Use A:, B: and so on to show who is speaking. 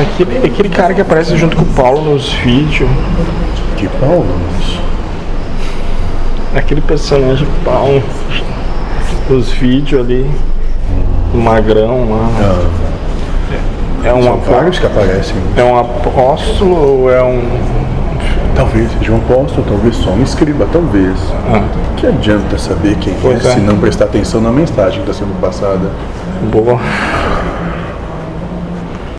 A: Aquele, aquele cara que aparece junto com o Paulo nos vídeos.
B: Que Paulo? Mas...
A: Aquele personagem Paulo nos vídeos ali. do Magrão lá.
B: Ah,
A: É um,
B: são
A: apó-
B: vários que aparecem.
A: é um apóstolo ou é um.
B: Talvez seja um apóstolo, talvez só um escriba, talvez.
A: Ah,
B: Que adianta saber quem
A: Pois
B: é,
A: é.
B: se não prestar atenção na mensagem que está sendo passada?
A: boa.